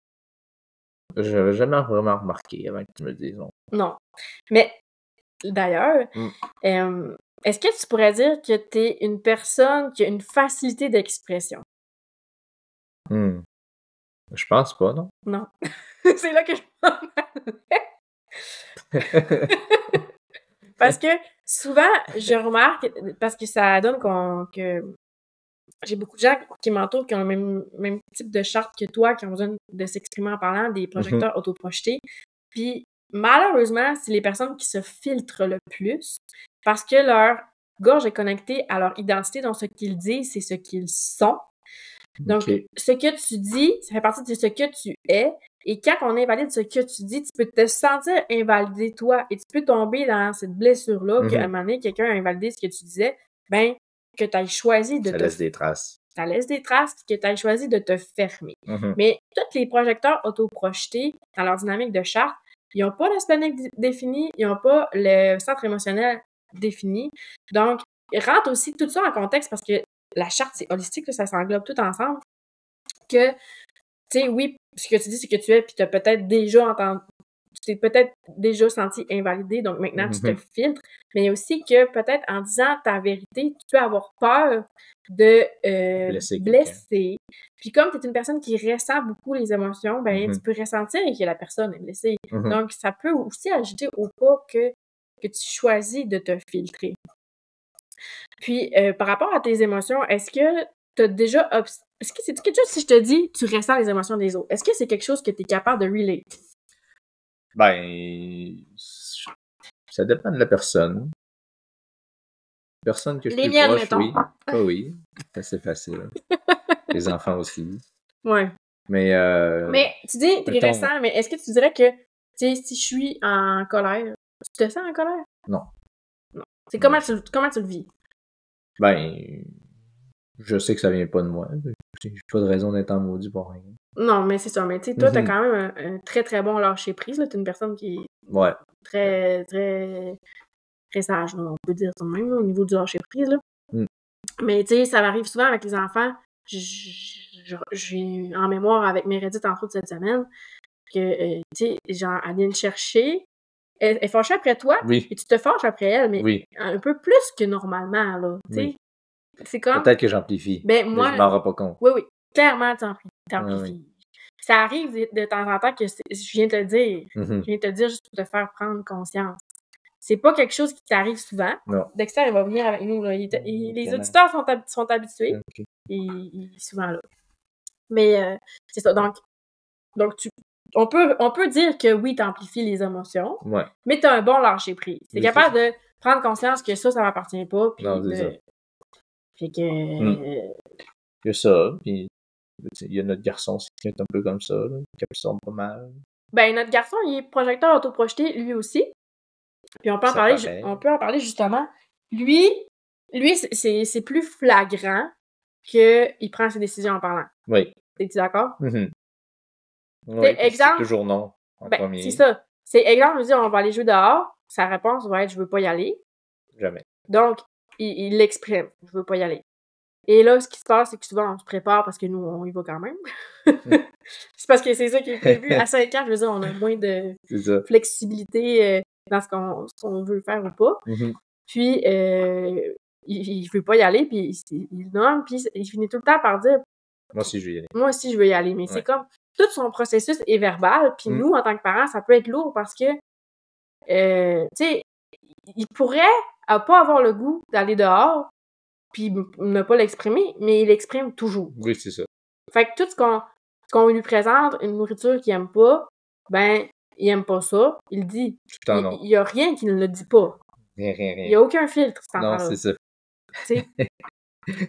Speaker 3: J'avais jamais vraiment remarqué avant que tu me le dises. non.
Speaker 2: Non. Mais d'ailleurs,
Speaker 3: Mm.
Speaker 2: euh, est-ce que tu pourrais dire que tu es une personne qui a une facilité d'expression?
Speaker 3: Hmm. Je pense pas, non?
Speaker 2: Non. c'est là que je m'en allais. Parce que souvent, je remarque, parce que ça donne qu'on, que j'ai beaucoup de gens qui m'entourent qui ont le même, même type de charte que toi, qui ont besoin de s'exprimer en parlant des projecteurs mm -hmm. autoprojetés. Puis, malheureusement, c'est les personnes qui se filtrent le plus parce que leur gorge est connectée à leur identité, donc ce qu'ils disent, c'est ce qu'ils sont. Donc, okay. ce que tu dis, ça fait partie de ce que tu es. Et quand on invalide ce que tu dis, tu peux te sentir invalidé toi et tu peux tomber dans cette blessure-là
Speaker 3: Mhm.
Speaker 2: mm -hmm. qu'à un moment donné, quelqu'un a invalidé ce que tu disais. Ben, que tu aies choisi de
Speaker 3: ça
Speaker 2: te...
Speaker 3: laisse des traces. Mhm.
Speaker 2: Ça laisse des traces que tu as choisi de te fermer. Mm
Speaker 3: Mm-hmm.
Speaker 2: -hmm. Mais tous les projecteurs autoprojetés dans leur dynamique de charte, ils n'ont pas l'aspect défini, ils n'ont pas le centre émotionnel défini. Donc, rentre aussi tout ça en contexte parce que la charte, c'est holistique, ça s'englobe tout ensemble. Que, tu sais, oui, ce que tu dis, c'est que tu es, puis tu as peut-être déjà entendu, tu t'es peut-être déjà senti invalidé, donc maintenant mm -hmm. tu te filtres, mais aussi que peut-être en disant ta vérité, tu peux avoir peur de euh, blesser. blesser. Puis comme tu es une personne qui ressent beaucoup les émotions, ben
Speaker 3: Mm-hmm.
Speaker 2: mm -hmm. tu peux ressentir que la personne est blessée. Mm -hmm. Donc ça peut aussi ajouter au pas que, que tu choisis de te filtrer. Puis euh, par rapport à tes émotions, est-ce que tu as déjà est-ce que c'est quelque chose si je te dis tu ressens les émotions des autres? Est-ce que c'est quelque chose que tu es capable de relate?
Speaker 3: Ben, ça dépend de la personne. Personne que je
Speaker 2: Les
Speaker 3: plus
Speaker 2: miennes,
Speaker 3: proche,
Speaker 2: mettons.
Speaker 3: oui. Ah oui, c'est assez facile. Les enfants aussi.
Speaker 2: Ouais.
Speaker 3: Mais, euh,
Speaker 2: Mais tu dis, tu
Speaker 3: Mettons-
Speaker 2: récent, mais est-ce que tu dirais que, tu sais, si je suis en colère, tu te sens en colère?
Speaker 3: Non.
Speaker 2: Non. C'est comment tu, comment tu le vis?
Speaker 3: ben, je sais que ça vient pas de moi. J'ai pas de raison d'être en maudit pour rien.
Speaker 2: Non, mais c'est ça. Mais tu sais, toi, t'as
Speaker 3: Mhm.
Speaker 2: quand même un, un très, très bon lâcher-prise. là. T'es une personne qui est
Speaker 3: Ouais.
Speaker 2: très, très, très sage, là, on peut dire tout de même, là, au niveau du lâcher-prise. là.
Speaker 3: Mm.
Speaker 2: Mais tu sais, ça m'arrive souvent avec les enfants. J- j- j- J'ai en mémoire avec Meredith, entre autres, cette semaine, que, euh, tu sais, genre, elle vient te chercher, elle, elle est fâchée après toi,
Speaker 3: Oui.
Speaker 2: et tu te fâches après elle, mais
Speaker 3: Oui.
Speaker 2: un peu plus que normalement, là, tu sais.
Speaker 3: Oui.
Speaker 2: C'est comme...
Speaker 3: Peut-être que j'amplifie.
Speaker 2: Ben,
Speaker 3: mais
Speaker 2: moi...
Speaker 3: je m'en rends pas compte.
Speaker 2: Oui, oui. Clairement, t'ampli-
Speaker 3: Ouais,
Speaker 2: t'amplifies. Ça arrive de, de temps en temps que c'est- je viens te le dire.
Speaker 3: Mhm.
Speaker 2: Je viens te le dire juste pour te faire prendre conscience. C'est pas quelque chose qui t'arrive souvent.
Speaker 3: Non.
Speaker 2: Dexter, il va venir avec nous. là. Il est- il- les
Speaker 3: Exactement.
Speaker 2: auditeurs sont, hab- sont habitués.
Speaker 3: Ok.
Speaker 2: Il, il est souvent là. Mais euh, c'est ça. Donc, donc tu, on, peut, on peut dire que oui, t'amplifies les émotions,
Speaker 3: Ouais.
Speaker 2: mais t'as un bon lâcher-prise. T'es
Speaker 3: Oui,
Speaker 2: capable de prendre conscience que ça, ça m'appartient pas. puis
Speaker 3: Non, c'est
Speaker 2: de-
Speaker 3: ça. Mm.
Speaker 2: Fait que... euh,
Speaker 3: Il y a ça, puis il y a notre garçon aussi qui est un peu comme ça, là, qui absorbe pas mal.
Speaker 2: Ben, notre garçon, il est projecteur autoprojeté, lui aussi. Puis on peut en
Speaker 3: Ça
Speaker 2: parler,
Speaker 3: paraît.
Speaker 2: ju- on peut en parler justement. Lui, lui, c'est- c'est c'est plus flagrant qu'il prend ses décisions en parlant.
Speaker 3: Oui.
Speaker 2: T'es-tu d'accord?
Speaker 3: Mhm. Ouais, puis
Speaker 2: exemple-
Speaker 3: C'est toujours non, en
Speaker 2: Ben,
Speaker 3: premier.
Speaker 2: c'est ça. C'est exemple, il dit on va aller jouer dehors. Sa réponse va être je veux pas y aller.
Speaker 3: Jamais.
Speaker 2: Donc, il il l'exprime, je veux pas y aller. Et là, ce qui se passe, c'est que souvent, on se prépare parce que nous, on y va quand même. c'est parce que c'est ça qui est prévu. À 5 ans, je veux dire, on a moins de
Speaker 3: C'est ça.
Speaker 2: flexibilité euh, dans ce qu'on ce qu'on veut faire ou pas.
Speaker 3: Mhm.
Speaker 2: Puis euh, il, il veut pas y aller, puis il, s- il nomme, puis il finit tout le temps par dire
Speaker 3: Moi aussi, je vais y aller.
Speaker 2: moi aussi je veux y aller. Mais
Speaker 3: Ouais.
Speaker 2: c'est comme tout son processus est verbal, puis
Speaker 3: Mm.
Speaker 2: nous en tant que parents ça peut être lourd parce que euh, tu sais il pourrait à pas avoir le goût d'aller dehors, puis m- ne pas l'exprimer, mais il l'exprime toujours.
Speaker 3: Oui, c'est ça.
Speaker 2: Fait que tout ce qu'on ce qu'on lui présente, une nourriture qu'il aime pas, ben il aime pas ça, il le dit.
Speaker 3: Tout le temps
Speaker 2: Il
Speaker 3: non.
Speaker 2: il y a rien qui ne le dit pas.
Speaker 3: Rien, rien,
Speaker 2: Il y
Speaker 3: rien.
Speaker 2: a aucun filtre cet
Speaker 3: Non,
Speaker 2: enfant-là
Speaker 3: c'est ça.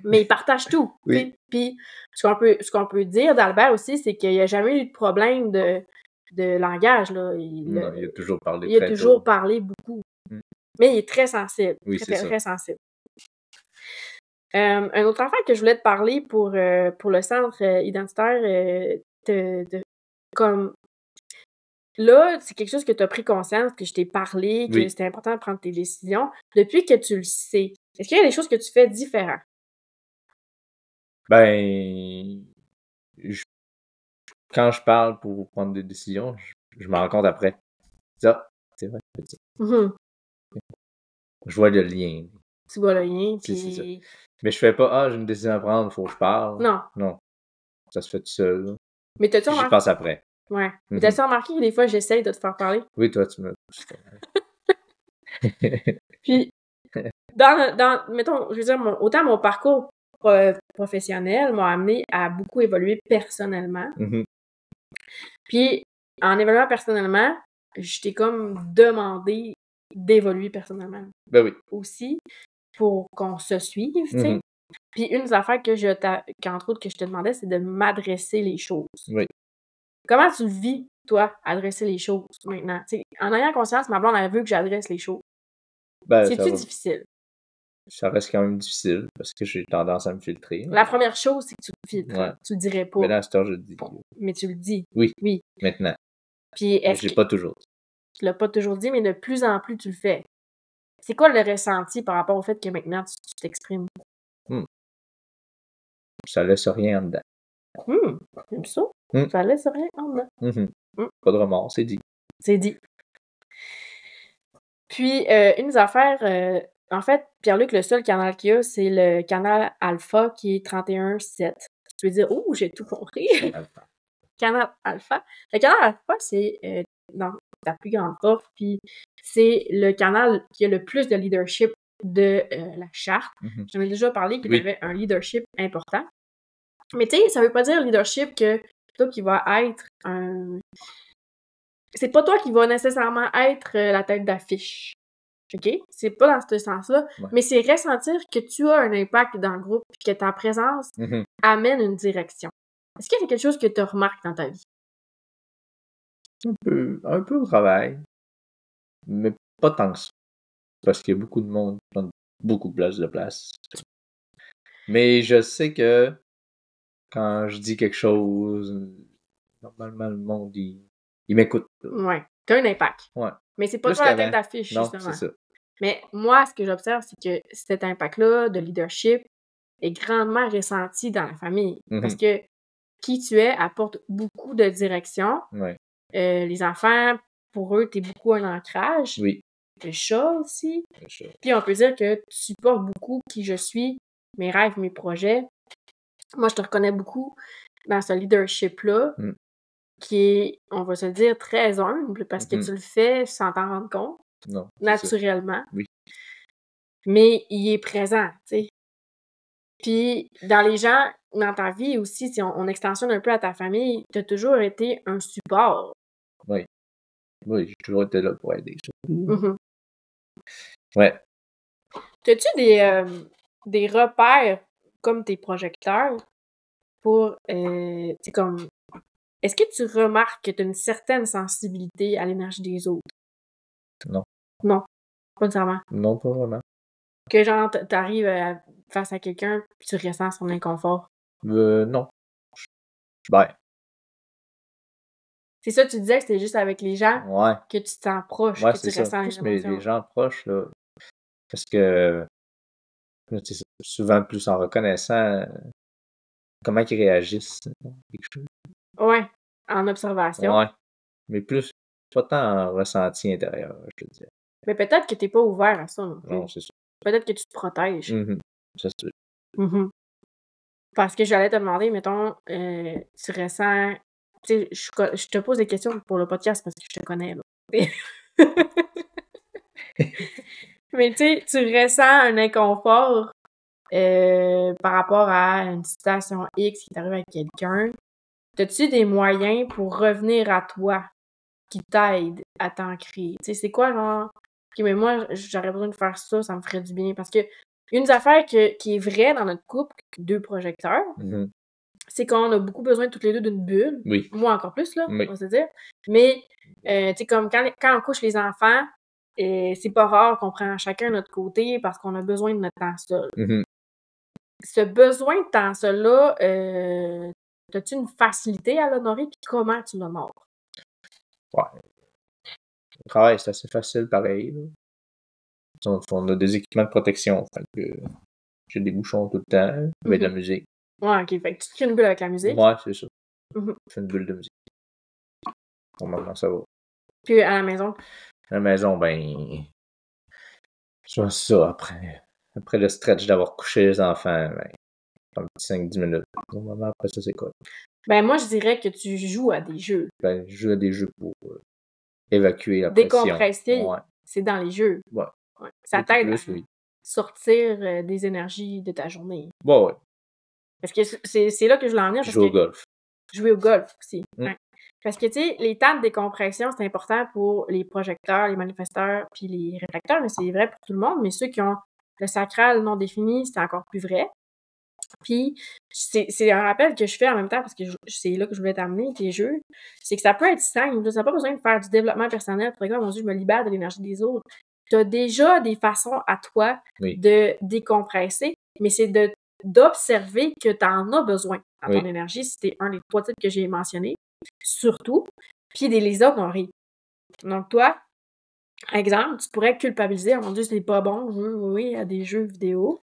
Speaker 2: mais il partage tout.
Speaker 3: Oui.
Speaker 2: tu sais. Puis ce qu'on peut, ce qu'on peut dire d'Albert aussi, c'est qu'il n'y a jamais eu de problème de, de langage. Là. Il,
Speaker 3: Non, il a toujours parlé
Speaker 2: il a
Speaker 3: très
Speaker 2: toujours
Speaker 3: tôt.
Speaker 2: parlé beaucoup.
Speaker 3: Mm.
Speaker 2: Mais il est très sensible.
Speaker 3: Oui,
Speaker 2: très,
Speaker 3: c'est
Speaker 2: très,
Speaker 3: ça.
Speaker 2: très sensible. Euh, un autre enfant que je voulais te parler pour, euh, pour le centre euh, identitaire, euh, te- te- comme là, c'est quelque chose que tu as pris conscience, que je t'ai parlé, que
Speaker 3: Oui.
Speaker 2: c'était important de prendre tes décisions. Depuis que tu le sais, est-ce qu'il y a des choses que tu fais différentes?
Speaker 3: Ben, je- quand je parle pour prendre des décisions, je, je m'en rends compte après. Ça, c'est vrai. c'est ça.
Speaker 2: Mhm.
Speaker 3: Je vois le lien.
Speaker 2: tu vois le lien,
Speaker 3: Si, c'est
Speaker 2: puis...
Speaker 3: Mais je fais pas, ah, j'ai une décision à prendre, faut que je parle.
Speaker 2: Non,
Speaker 3: Non. Ça se fait tout seul. là.
Speaker 2: mais t'as-tu
Speaker 3: Puis J'y
Speaker 2: remarqué...
Speaker 3: pense après.
Speaker 2: Ouais. Mais
Speaker 3: Mhm.
Speaker 2: t'as-tu remarqué que des fois, j'essaye de te faire parler?
Speaker 3: Oui, toi, tu me.
Speaker 2: Puis, dans, dans, mettons, je veux dire, mon, autant mon parcours pro- professionnel m'a amené à beaucoup évoluer personnellement.
Speaker 3: Mhm.
Speaker 2: Puis, en évoluant personnellement, je t'ai comme demandé d'évoluer personnellement
Speaker 3: Ben oui.
Speaker 2: aussi pour qu'on se suive, tu sais.
Speaker 3: Mhm.
Speaker 2: Puis une des affaires que je t'a- qu'entre autres que je te demandais, c'est de m'adresser les choses.
Speaker 3: Oui.
Speaker 2: Comment tu le vis, toi, adresser les choses maintenant? Tu sais, en ayant conscience, ma blonde, elle veut que j'adresse les choses.
Speaker 3: Ben, ça,
Speaker 2: C'est-tu
Speaker 3: va-
Speaker 2: difficile?
Speaker 3: ça reste quand même difficile parce que j'ai tendance à me filtrer.
Speaker 2: La première chose, c'est que tu le filtres.
Speaker 3: Ouais.
Speaker 2: Tu le dirais pas,
Speaker 3: Mais
Speaker 2: mais,
Speaker 3: là, à cette heure, je le dis.
Speaker 2: tu le dis.
Speaker 3: Oui.
Speaker 2: Oui.
Speaker 3: Maintenant.
Speaker 2: Puis
Speaker 3: Mais
Speaker 2: est-ce
Speaker 3: Je
Speaker 2: que
Speaker 3: l'ai pas toujours. dit.
Speaker 2: tu l'as pas toujours dit, mais de plus en plus, tu le fais? C'est quoi le ressenti par rapport au fait que maintenant, tu tu t'exprimes?
Speaker 3: Ça laisse rien en dedans.
Speaker 2: Hum, j'aime ça.
Speaker 3: Mm.
Speaker 2: Ça laisse rien en dedans.
Speaker 3: Mhm.
Speaker 2: Mm.
Speaker 3: Pas de remords, c'est dit.
Speaker 2: C'est dit. Puis, euh, une des affaires, euh, en fait, Pierre-Luc, le seul canal qu'il y a, c'est le canal alpha qui est 31.7. Tu veux dire, oh, j'ai tout compris. canal alpha. Le canal alpha, c'est euh, dans ta plus grande offre, puis c'est le canal qui a le plus de leadership de euh, la charte.
Speaker 3: Mhm.
Speaker 2: J'en ai déjà parlé qu'il
Speaker 3: Oui.
Speaker 2: avait un leadership important. Mais tu sais, ça veut pas dire leadership que toi qui vas être un... C'est pas toi qui vas nécessairement être euh, la tête d'affiche. OK? C'est pas dans ce sens-là.
Speaker 3: Ouais.
Speaker 2: Mais c'est ressentir que tu as un impact dans le groupe puis que ta présence
Speaker 3: Mhm.
Speaker 2: amène une direction. Est-ce qu'il y a quelque chose que tu remarques dans ta vie?
Speaker 3: un, peu, un peu au travail, mais pas tant que ça. Parce qu'il y a beaucoup de monde qui prend beaucoup plus de place. Mais je sais que quand je dis quelque chose, normalement le monde, il, il m'écoute.
Speaker 2: Ouais. T'as un impact.
Speaker 3: Ouais.
Speaker 2: Mais c'est pas
Speaker 3: Plus
Speaker 2: toi la
Speaker 3: qu'avant.
Speaker 2: tête d'affiche,
Speaker 3: Non,
Speaker 2: justement.
Speaker 3: c'est ça.
Speaker 2: Mais moi, ce que j'observe, c'est que cet impact-là de leadership est grandement ressenti dans la famille.
Speaker 3: Mhm.
Speaker 2: Parce que qui tu es apporte beaucoup de direction.
Speaker 3: Ouais.
Speaker 2: Euh, les enfants, pour eux, t'es beaucoup un ancrage.
Speaker 3: Oui.
Speaker 2: Le chat aussi.
Speaker 3: Je-
Speaker 2: Puis on peut dire que tu supportes beaucoup qui je suis, mes rêves, mes projets. Moi, je te reconnais beaucoup dans ce leadership-là,
Speaker 3: Mm.
Speaker 2: qui est, on va se le dire, très humble, parce que
Speaker 3: Mhm.
Speaker 2: tu le fais sans t'en rendre compte,
Speaker 3: Non. c'est ça.
Speaker 2: naturellement.
Speaker 3: Oui.
Speaker 2: Mais il est présent, tu sais. Puis dans les gens, dans ta vie aussi, si on, on extensionne un peu à ta famille, t'as toujours été un support.
Speaker 3: Oui, j'ai toujours été là pour aider. ça.
Speaker 2: Mhm.
Speaker 3: Ouais.
Speaker 2: T'as-tu des, euh, des repères comme tes projecteurs pour, euh, tu sais, comme, est-ce que tu remarques que tu as une certaine sensibilité à l'énergie des autres?
Speaker 3: Non.
Speaker 2: Non, pas nécessairement.
Speaker 3: Non, pas vraiment.
Speaker 2: Que genre, t- t'arrives à- face à quelqu'un puis tu ressens son inconfort.
Speaker 3: Euh, non. Ben,
Speaker 2: C'est ça, tu disais que c'était juste avec les gens
Speaker 3: ouais.
Speaker 2: que tu t'en proches,
Speaker 3: Ouais,
Speaker 2: que
Speaker 3: c'est
Speaker 2: tu
Speaker 3: ça.
Speaker 2: ressens
Speaker 3: Plus
Speaker 2: les
Speaker 3: mais
Speaker 2: émotions.
Speaker 3: les gens proches, là. Parce que là, tu sais, souvent plus en reconnaissant euh, comment ils réagissent. euh, quelque chose.
Speaker 2: Ouais, en observation.
Speaker 3: Ouais. Mais plus pas tant en ressenti intérieur, je te dis.
Speaker 2: Mais peut-être que t'es pas ouvert à ça. non plus.
Speaker 3: Non, c'est ça.
Speaker 2: Peut-être que tu te protèges.
Speaker 3: Mhm. Ça, c'est-
Speaker 2: Mhm. Parce que j'allais te demander, mettons, euh, tu ressens. Tu sais, je, co- je te pose des questions pour le podcast parce que je te connais, là. Mais tu sais, tu ressens un inconfort euh, par rapport à une situation X qui t'arrive à quelqu'un. T'as-tu des moyens pour revenir à toi qui t'aident à t'ancrer? Tu sais, c'est quoi, genre. Ok, mais moi, j'aurais besoin de faire ça, ça me ferait du bien. Parce que une des affaires que- qui est vraie dans notre couple, deux projecteurs,
Speaker 3: Mhm.
Speaker 2: c'est qu'on a beaucoup besoin toutes les deux d'une bulle.
Speaker 3: Oui.
Speaker 2: Moi encore plus, là,
Speaker 3: Oui.
Speaker 2: on va se dire. Mais, euh, tu sais, comme quand, quand on couche les enfants, euh, c'est pas rare qu'on prend chacun notre côté parce qu'on a besoin de notre temps seul.
Speaker 3: Mhm.
Speaker 2: Ce besoin de temps seul-là, euh, as-tu une facilité à l'honorer? Puis comment tu l'honores?
Speaker 3: Le travail, c'est assez facile pareil. là. On, on a des équipements de protection. Fait que j'ai des bouchons tout le temps. Mais de la musique.
Speaker 2: Ouais, ok. Fait que tu te crées une bulle avec la Mhm. musique.
Speaker 3: Ouais, c'est ça.
Speaker 2: Mhm.
Speaker 3: Je fais une bulle de musique. Normalement, ça va.
Speaker 2: Puis à la maison,
Speaker 3: À la maison, ben. Je vois ça après. Après le stretch d'avoir couché les enfants, ben. Un petit 5-10 minutes. Normalement, après ça, c'est quoi?
Speaker 2: ben moi, je dirais que tu joues à des jeux.
Speaker 3: Ben, je joue à des jeux pour euh, évacuer la pression.
Speaker 2: Décompresser.
Speaker 3: Ouais.
Speaker 2: C'est dans les jeux.
Speaker 3: Ouais.
Speaker 2: Ça
Speaker 3: Beaucoup
Speaker 2: t'aide à-
Speaker 3: plus, oui.
Speaker 2: sortir euh, des énergies de ta journée.
Speaker 3: Bon, Bah, ouais.
Speaker 2: Parce que c'est c'est là que je voulais en venir. parce
Speaker 3: Jouer au
Speaker 2: que-
Speaker 3: golf.
Speaker 2: jouer au golf aussi.
Speaker 3: Mm.
Speaker 2: ouais. Parce que, tu sais, les tables de décompression, c'est important pour les projecteurs, les manifesteurs, puis les réflecteurs, mais c'est vrai pour tout le monde. Mais ceux qui ont le sacral non défini, c'est encore plus vrai. Puis, c'est c'est un rappel que je fais en même temps, parce que je- c'est là que je voulais t'amener, tes jeux, c'est que ça peut être simple. Tu n'as pas besoin de faire du développement personnel pour dire, Oh, mon Dieu, je me libère de l'énergie des autres. Tu as déjà des façons à toi
Speaker 3: Oui.
Speaker 2: de décompresser, mais c'est de d'observer que tu en as besoin dans ton
Speaker 3: Oui.
Speaker 2: énergie, c'était un des trois types que j'ai mentionnés, surtout, puis des les honorer. Donc, toi, par exemple, tu pourrais culpabiliser, Ah, mon Dieu, c'est pas bon, je veux jouer à des jeux vidéo.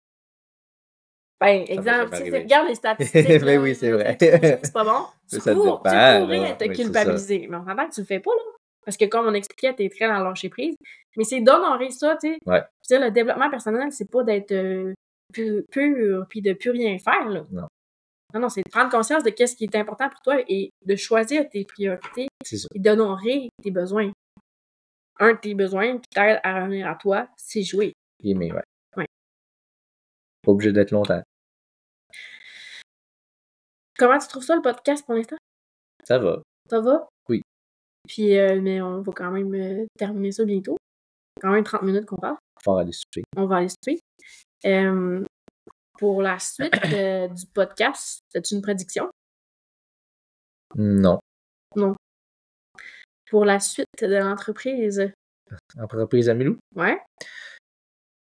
Speaker 2: Ben,
Speaker 3: m'est
Speaker 2: exemple,
Speaker 3: jamais
Speaker 2: tu sais,
Speaker 3: arrivé.
Speaker 2: regarde les statistiques.
Speaker 3: Ben
Speaker 2: là,
Speaker 3: oui, c'est vrai.
Speaker 2: tu sais, C'est pas bon. Tu,
Speaker 3: Ça, ça te
Speaker 2: cours- tu
Speaker 3: dépend, là.
Speaker 2: pourrais te
Speaker 3: Oui, c'est ça.
Speaker 2: culpabiliser. Mais on s'entend que tu le fais pas, là. Parce que, comme on expliquait, t'es très dans le lâcher prise. Mais c'est d'honorer ça, tu sais.
Speaker 3: Ouais.
Speaker 2: Je veux dire, le développement personnel, c'est pas d'être euh, pu- pur, puis de plus rien faire, là.
Speaker 3: Non.
Speaker 2: Non, non, c'est de prendre conscience de qu'est-ce qui est important pour toi et de choisir tes priorités
Speaker 3: C'est ça.
Speaker 2: et d'honorer tes besoins. Un de tes besoins qui t'aide à revenir à toi, c'est jouer.
Speaker 3: Et mais ouais.
Speaker 2: Ouais.
Speaker 3: Pas obligé d'être longtemps.
Speaker 2: Comment tu trouves ça, le podcast, pour l'instant?
Speaker 3: Ça va.
Speaker 2: Ça va?
Speaker 3: Oui.
Speaker 2: Puis, euh, mais on va quand même euh, terminer ça bientôt. Quand même 30 minutes qu'on parle.
Speaker 3: Fort aller souper.
Speaker 2: On va aller souper. Euh, pour la suite euh, du podcast, c'est une prédiction.
Speaker 3: Non.
Speaker 2: Pour la suite de l'entreprise,
Speaker 3: Entreprise à Milou?
Speaker 2: ouais,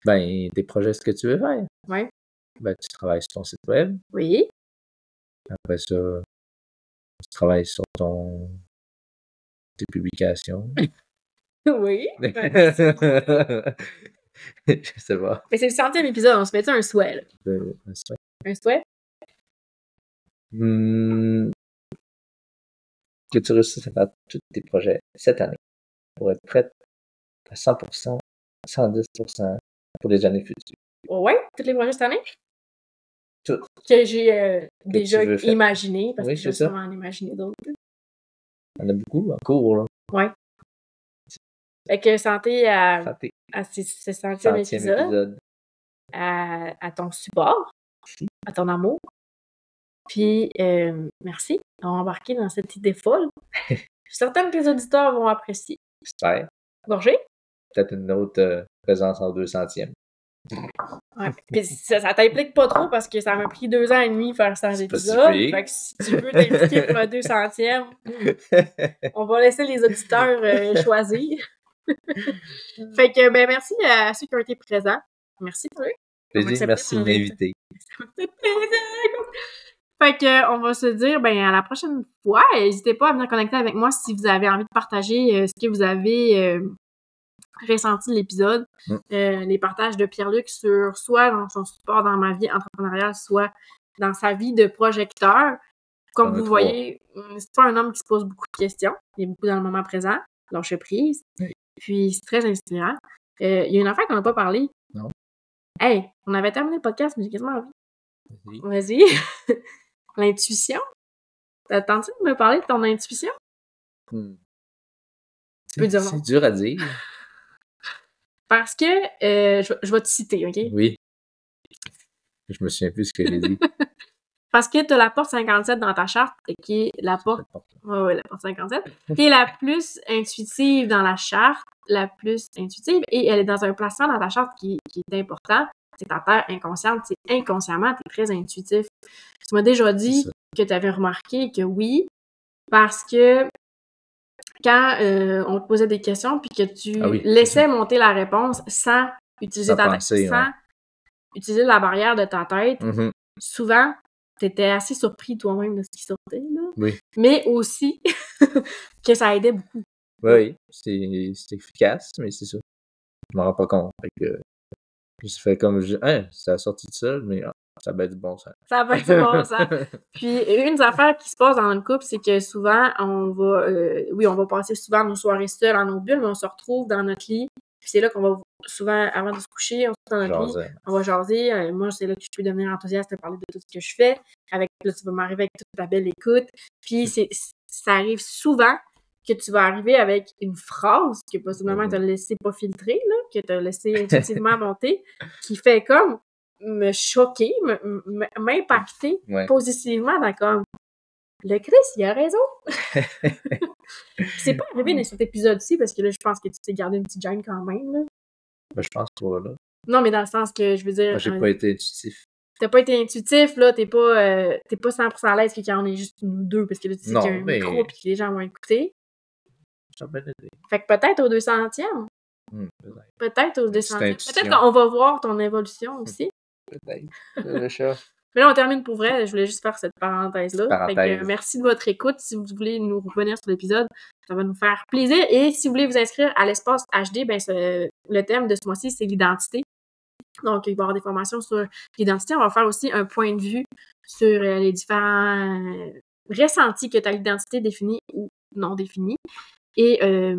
Speaker 3: Ben, des projets, ce que tu veux faire.
Speaker 2: Ouais.
Speaker 3: Ben, tu travailles sur ton site web.
Speaker 2: oui,
Speaker 3: Après ça, tu travailles sur ton... tes publications.
Speaker 2: oui.
Speaker 3: Je sais pas.
Speaker 2: Mais c'est le centième épisode, on se mettait un souhait, là.
Speaker 3: Euh, c'est vrai.
Speaker 2: Un souhait?
Speaker 3: Hmm. Que tu réussisses à faire tous tes projets cette année pour être prête à 100%, 110% pour les années futures.
Speaker 2: Oh, ouais, tous les projets cette année?
Speaker 3: Tout.
Speaker 2: Que j'ai euh, déjà
Speaker 3: tu veux faire.
Speaker 2: imaginé, parce
Speaker 3: Oui,
Speaker 2: que je vais
Speaker 3: c'est ça.
Speaker 2: sûrement en imaginer d'autres.
Speaker 3: Il y en a beaucoup en cours, là.
Speaker 2: Fait que santé à,
Speaker 3: Santé.
Speaker 2: à ce, ce centième
Speaker 3: Centième
Speaker 2: Ah, épisode.
Speaker 3: épisode.
Speaker 2: à, à ton support,
Speaker 3: Merci.
Speaker 2: à ton amour. Puis, euh, merci d'avoir embarqué dans cette idée folle. Je suis certaine que les auditeurs vont apprécier.
Speaker 3: J'espère.
Speaker 2: Gorgé?
Speaker 3: Peut-être une autre euh, présence en deux centièmes.
Speaker 2: Ouais. Puis ça, ça t'implique pas trop parce que ça m'a pris deux ans et demi de faire 100
Speaker 3: C'est pas si
Speaker 2: épisodes.
Speaker 3: pire.
Speaker 2: Fait que si tu veux t'impliquer pour un deux centième, on va laisser les auditeurs euh, choisir. fait que, ben, merci à ceux qui ont été présents. Merci, Paul.
Speaker 3: Plaisir,
Speaker 2: accepter hein.
Speaker 3: merci de
Speaker 2: mon invite.
Speaker 3: m'inviter.
Speaker 2: Fait que euh, on va se dire ben à la prochaine fois. Et N'hésitez pas à venir connecter avec moi si vous avez envie de partager euh, ce que vous avez euh, ressenti de l'épisode.
Speaker 3: Mm.
Speaker 2: Euh, les partages de Pierre-Luc sur soit dans son support dans ma vie entrepreneuriale, soit dans sa vie de projecteur. Comme
Speaker 3: On a
Speaker 2: vous
Speaker 3: trois.
Speaker 2: voyez, hum, c'est pas un homme qui se pose beaucoup de questions. Il est beaucoup dans le moment présent, lâche prise.
Speaker 3: Oui.
Speaker 2: Puis c'est très inspirant. Euh, Il y a une affaire qu'on n'a pas parlé.
Speaker 3: Non.
Speaker 2: Hey, on avait terminé le podcast, mais j'ai quasiment envie.
Speaker 3: Oui.
Speaker 2: Vas-y. L'intuition. T'as tenté de me parler de ton intuition?
Speaker 3: Hmm.
Speaker 2: Tu peux dire non.
Speaker 3: C'est dur à dire.
Speaker 2: Parce que, euh, je, vais- je vais te citer, OK?
Speaker 3: Oui. Je me souviens plus ce que j'ai dit.
Speaker 2: Parce que t'as la porte 57 dans ta charte, qui est la porte, ouais, ouais, la porte 57, qui est la plus intuitive dans la charte, la plus intuitive, et elle est dans un placement dans ta charte qui, qui est important. C'est ta terre inconsciente, c'est inconsciemment, t'es très intuitif. Tu m'as déjà dit
Speaker 3: C'est ça.
Speaker 2: que tu avais remarqué que oui, parce que quand euh, on te posait des questions puis que tu
Speaker 3: Ah oui,
Speaker 2: laissais monter la réponse sans utiliser
Speaker 3: Sans
Speaker 2: ta
Speaker 3: penser,
Speaker 2: tête, sans
Speaker 3: ouais.
Speaker 2: utiliser la barrière de ta tête,
Speaker 3: Mhm.
Speaker 2: souvent t'étais assez surpris toi-même de ce qui sortait là.
Speaker 3: Oui.
Speaker 2: Mais aussi que ça aidait beaucoup.
Speaker 3: Oui, oui. C'est c'est efficace, mais c'est ça. Je m'en rends pas compte. Fait que, je fais comme, je, hein, ça a sorti de ça, mais ah, ça va être du bon sens.
Speaker 2: Ça va être bon ça. Puis une des affaires qui se passe dans le couple, c'est que souvent, on va, euh, oui, on va passer souvent nos soirées seules dans nos bulles, mais on se retrouve dans notre lit. Puis c'est là qu'on va souvent, avant de se coucher, on se retrouve dans notre
Speaker 3: Genre,
Speaker 2: lit,
Speaker 3: euh,
Speaker 2: on va jaser. Euh, moi, c'est là que je peux devenir enthousiaste et parler de tout ce que je
Speaker 3: Mm.
Speaker 2: fais. Avec, là, tu vas m'arriver avec toute ta belle écoute. Puis c'est, ça arrive souvent que tu vas arriver avec une phrase que
Speaker 3: Mm-hmm.
Speaker 2: possiblement t'as laissé pas filtrer, là, que t'as laissé intuitivement monter, qui fait comme me choquer, m'impacter
Speaker 3: Ouais.
Speaker 2: positivement dans comme le Chris, il a raison. c'est pas arrivé
Speaker 3: Mm.
Speaker 2: dans cet épisode-ci parce que là, je pense que tu t'es gardé une petite gêne quand même. là.
Speaker 3: Ben, je pense pas, là.
Speaker 2: Non, mais dans le sens que je veux dire,
Speaker 3: Moi, j'ai
Speaker 2: un-
Speaker 3: pas été intuitif.
Speaker 2: t'as pas été intuitif, là, t'es pas, euh, t'es pas 100% à l'aise que quand on est juste nous deux parce que là, tu sais
Speaker 3: Non,
Speaker 2: qu'il y a un
Speaker 3: mais-
Speaker 2: micro puis que les gens vont écouter.
Speaker 3: Ça peut être-
Speaker 2: Fait que peut-être au 200e,
Speaker 3: Hmm, peut-être,
Speaker 2: peut-être au
Speaker 3: Petite
Speaker 2: 200e.
Speaker 3: intuition.
Speaker 2: Peut-être qu'on va voir ton évolution aussi.
Speaker 3: peut-être. Le chat.
Speaker 2: Mais là, on termine pour vrai. Je voulais juste faire cette parenthèse-là. Fait que,
Speaker 3: Parenthèse.
Speaker 2: euh, merci de votre écoute. Si vous voulez nous revenir sur l'épisode, ça va nous faire plaisir. Et si vous voulez vous inscrire à l'espace HD, ben, ce- le thème de ce mois-ci, c'est l'identité. Donc, il va y avoir des formations sur l'identité. On va faire aussi un point de vue sur euh, les différents euh, ressentis que tu as l'identité définie ou non définie. Et euh,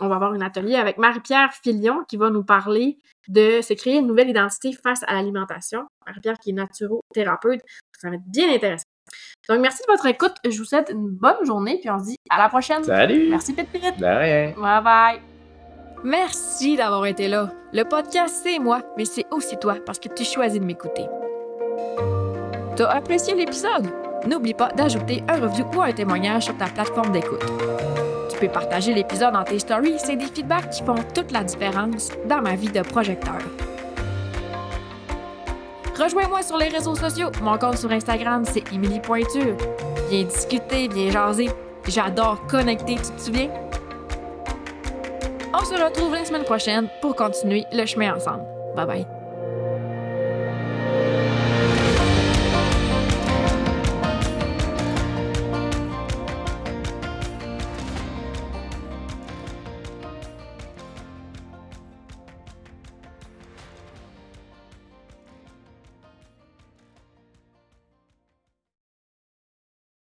Speaker 2: on va avoir un atelier avec Marie-Pierre Filion qui va nous parler de se créer une nouvelle identité face à l'alimentation. Marie-Pierre qui est naturothérapeute. Ça va être bien intéressant. Donc, merci de votre écoute. Je vous souhaite une bonne journée puis on se dit à la prochaine.
Speaker 3: Salut!
Speaker 2: Merci, Pit Pit.
Speaker 3: De rien!
Speaker 2: Bye bye.
Speaker 1: Merci d'avoir été là. Le podcast, c'est moi, mais c'est aussi toi parce que tu choisis de m'écouter. T'as apprécié l'épisode? N'oublie pas d'ajouter un review ou un témoignage sur ta plateforme d'écoute. Tu peux partager l'épisode dans tes stories, c'est des feedbacks qui font toute la différence dans ma vie de projecteur. Rejoins-moi sur les réseaux sociaux. Mon compte sur Instagram, c'est Émilie Pointure. Viens discuter, viens jaser. J'adore connecter, tu te souviens? On se retrouve la semaine prochaine pour continuer le chemin ensemble. Bye bye.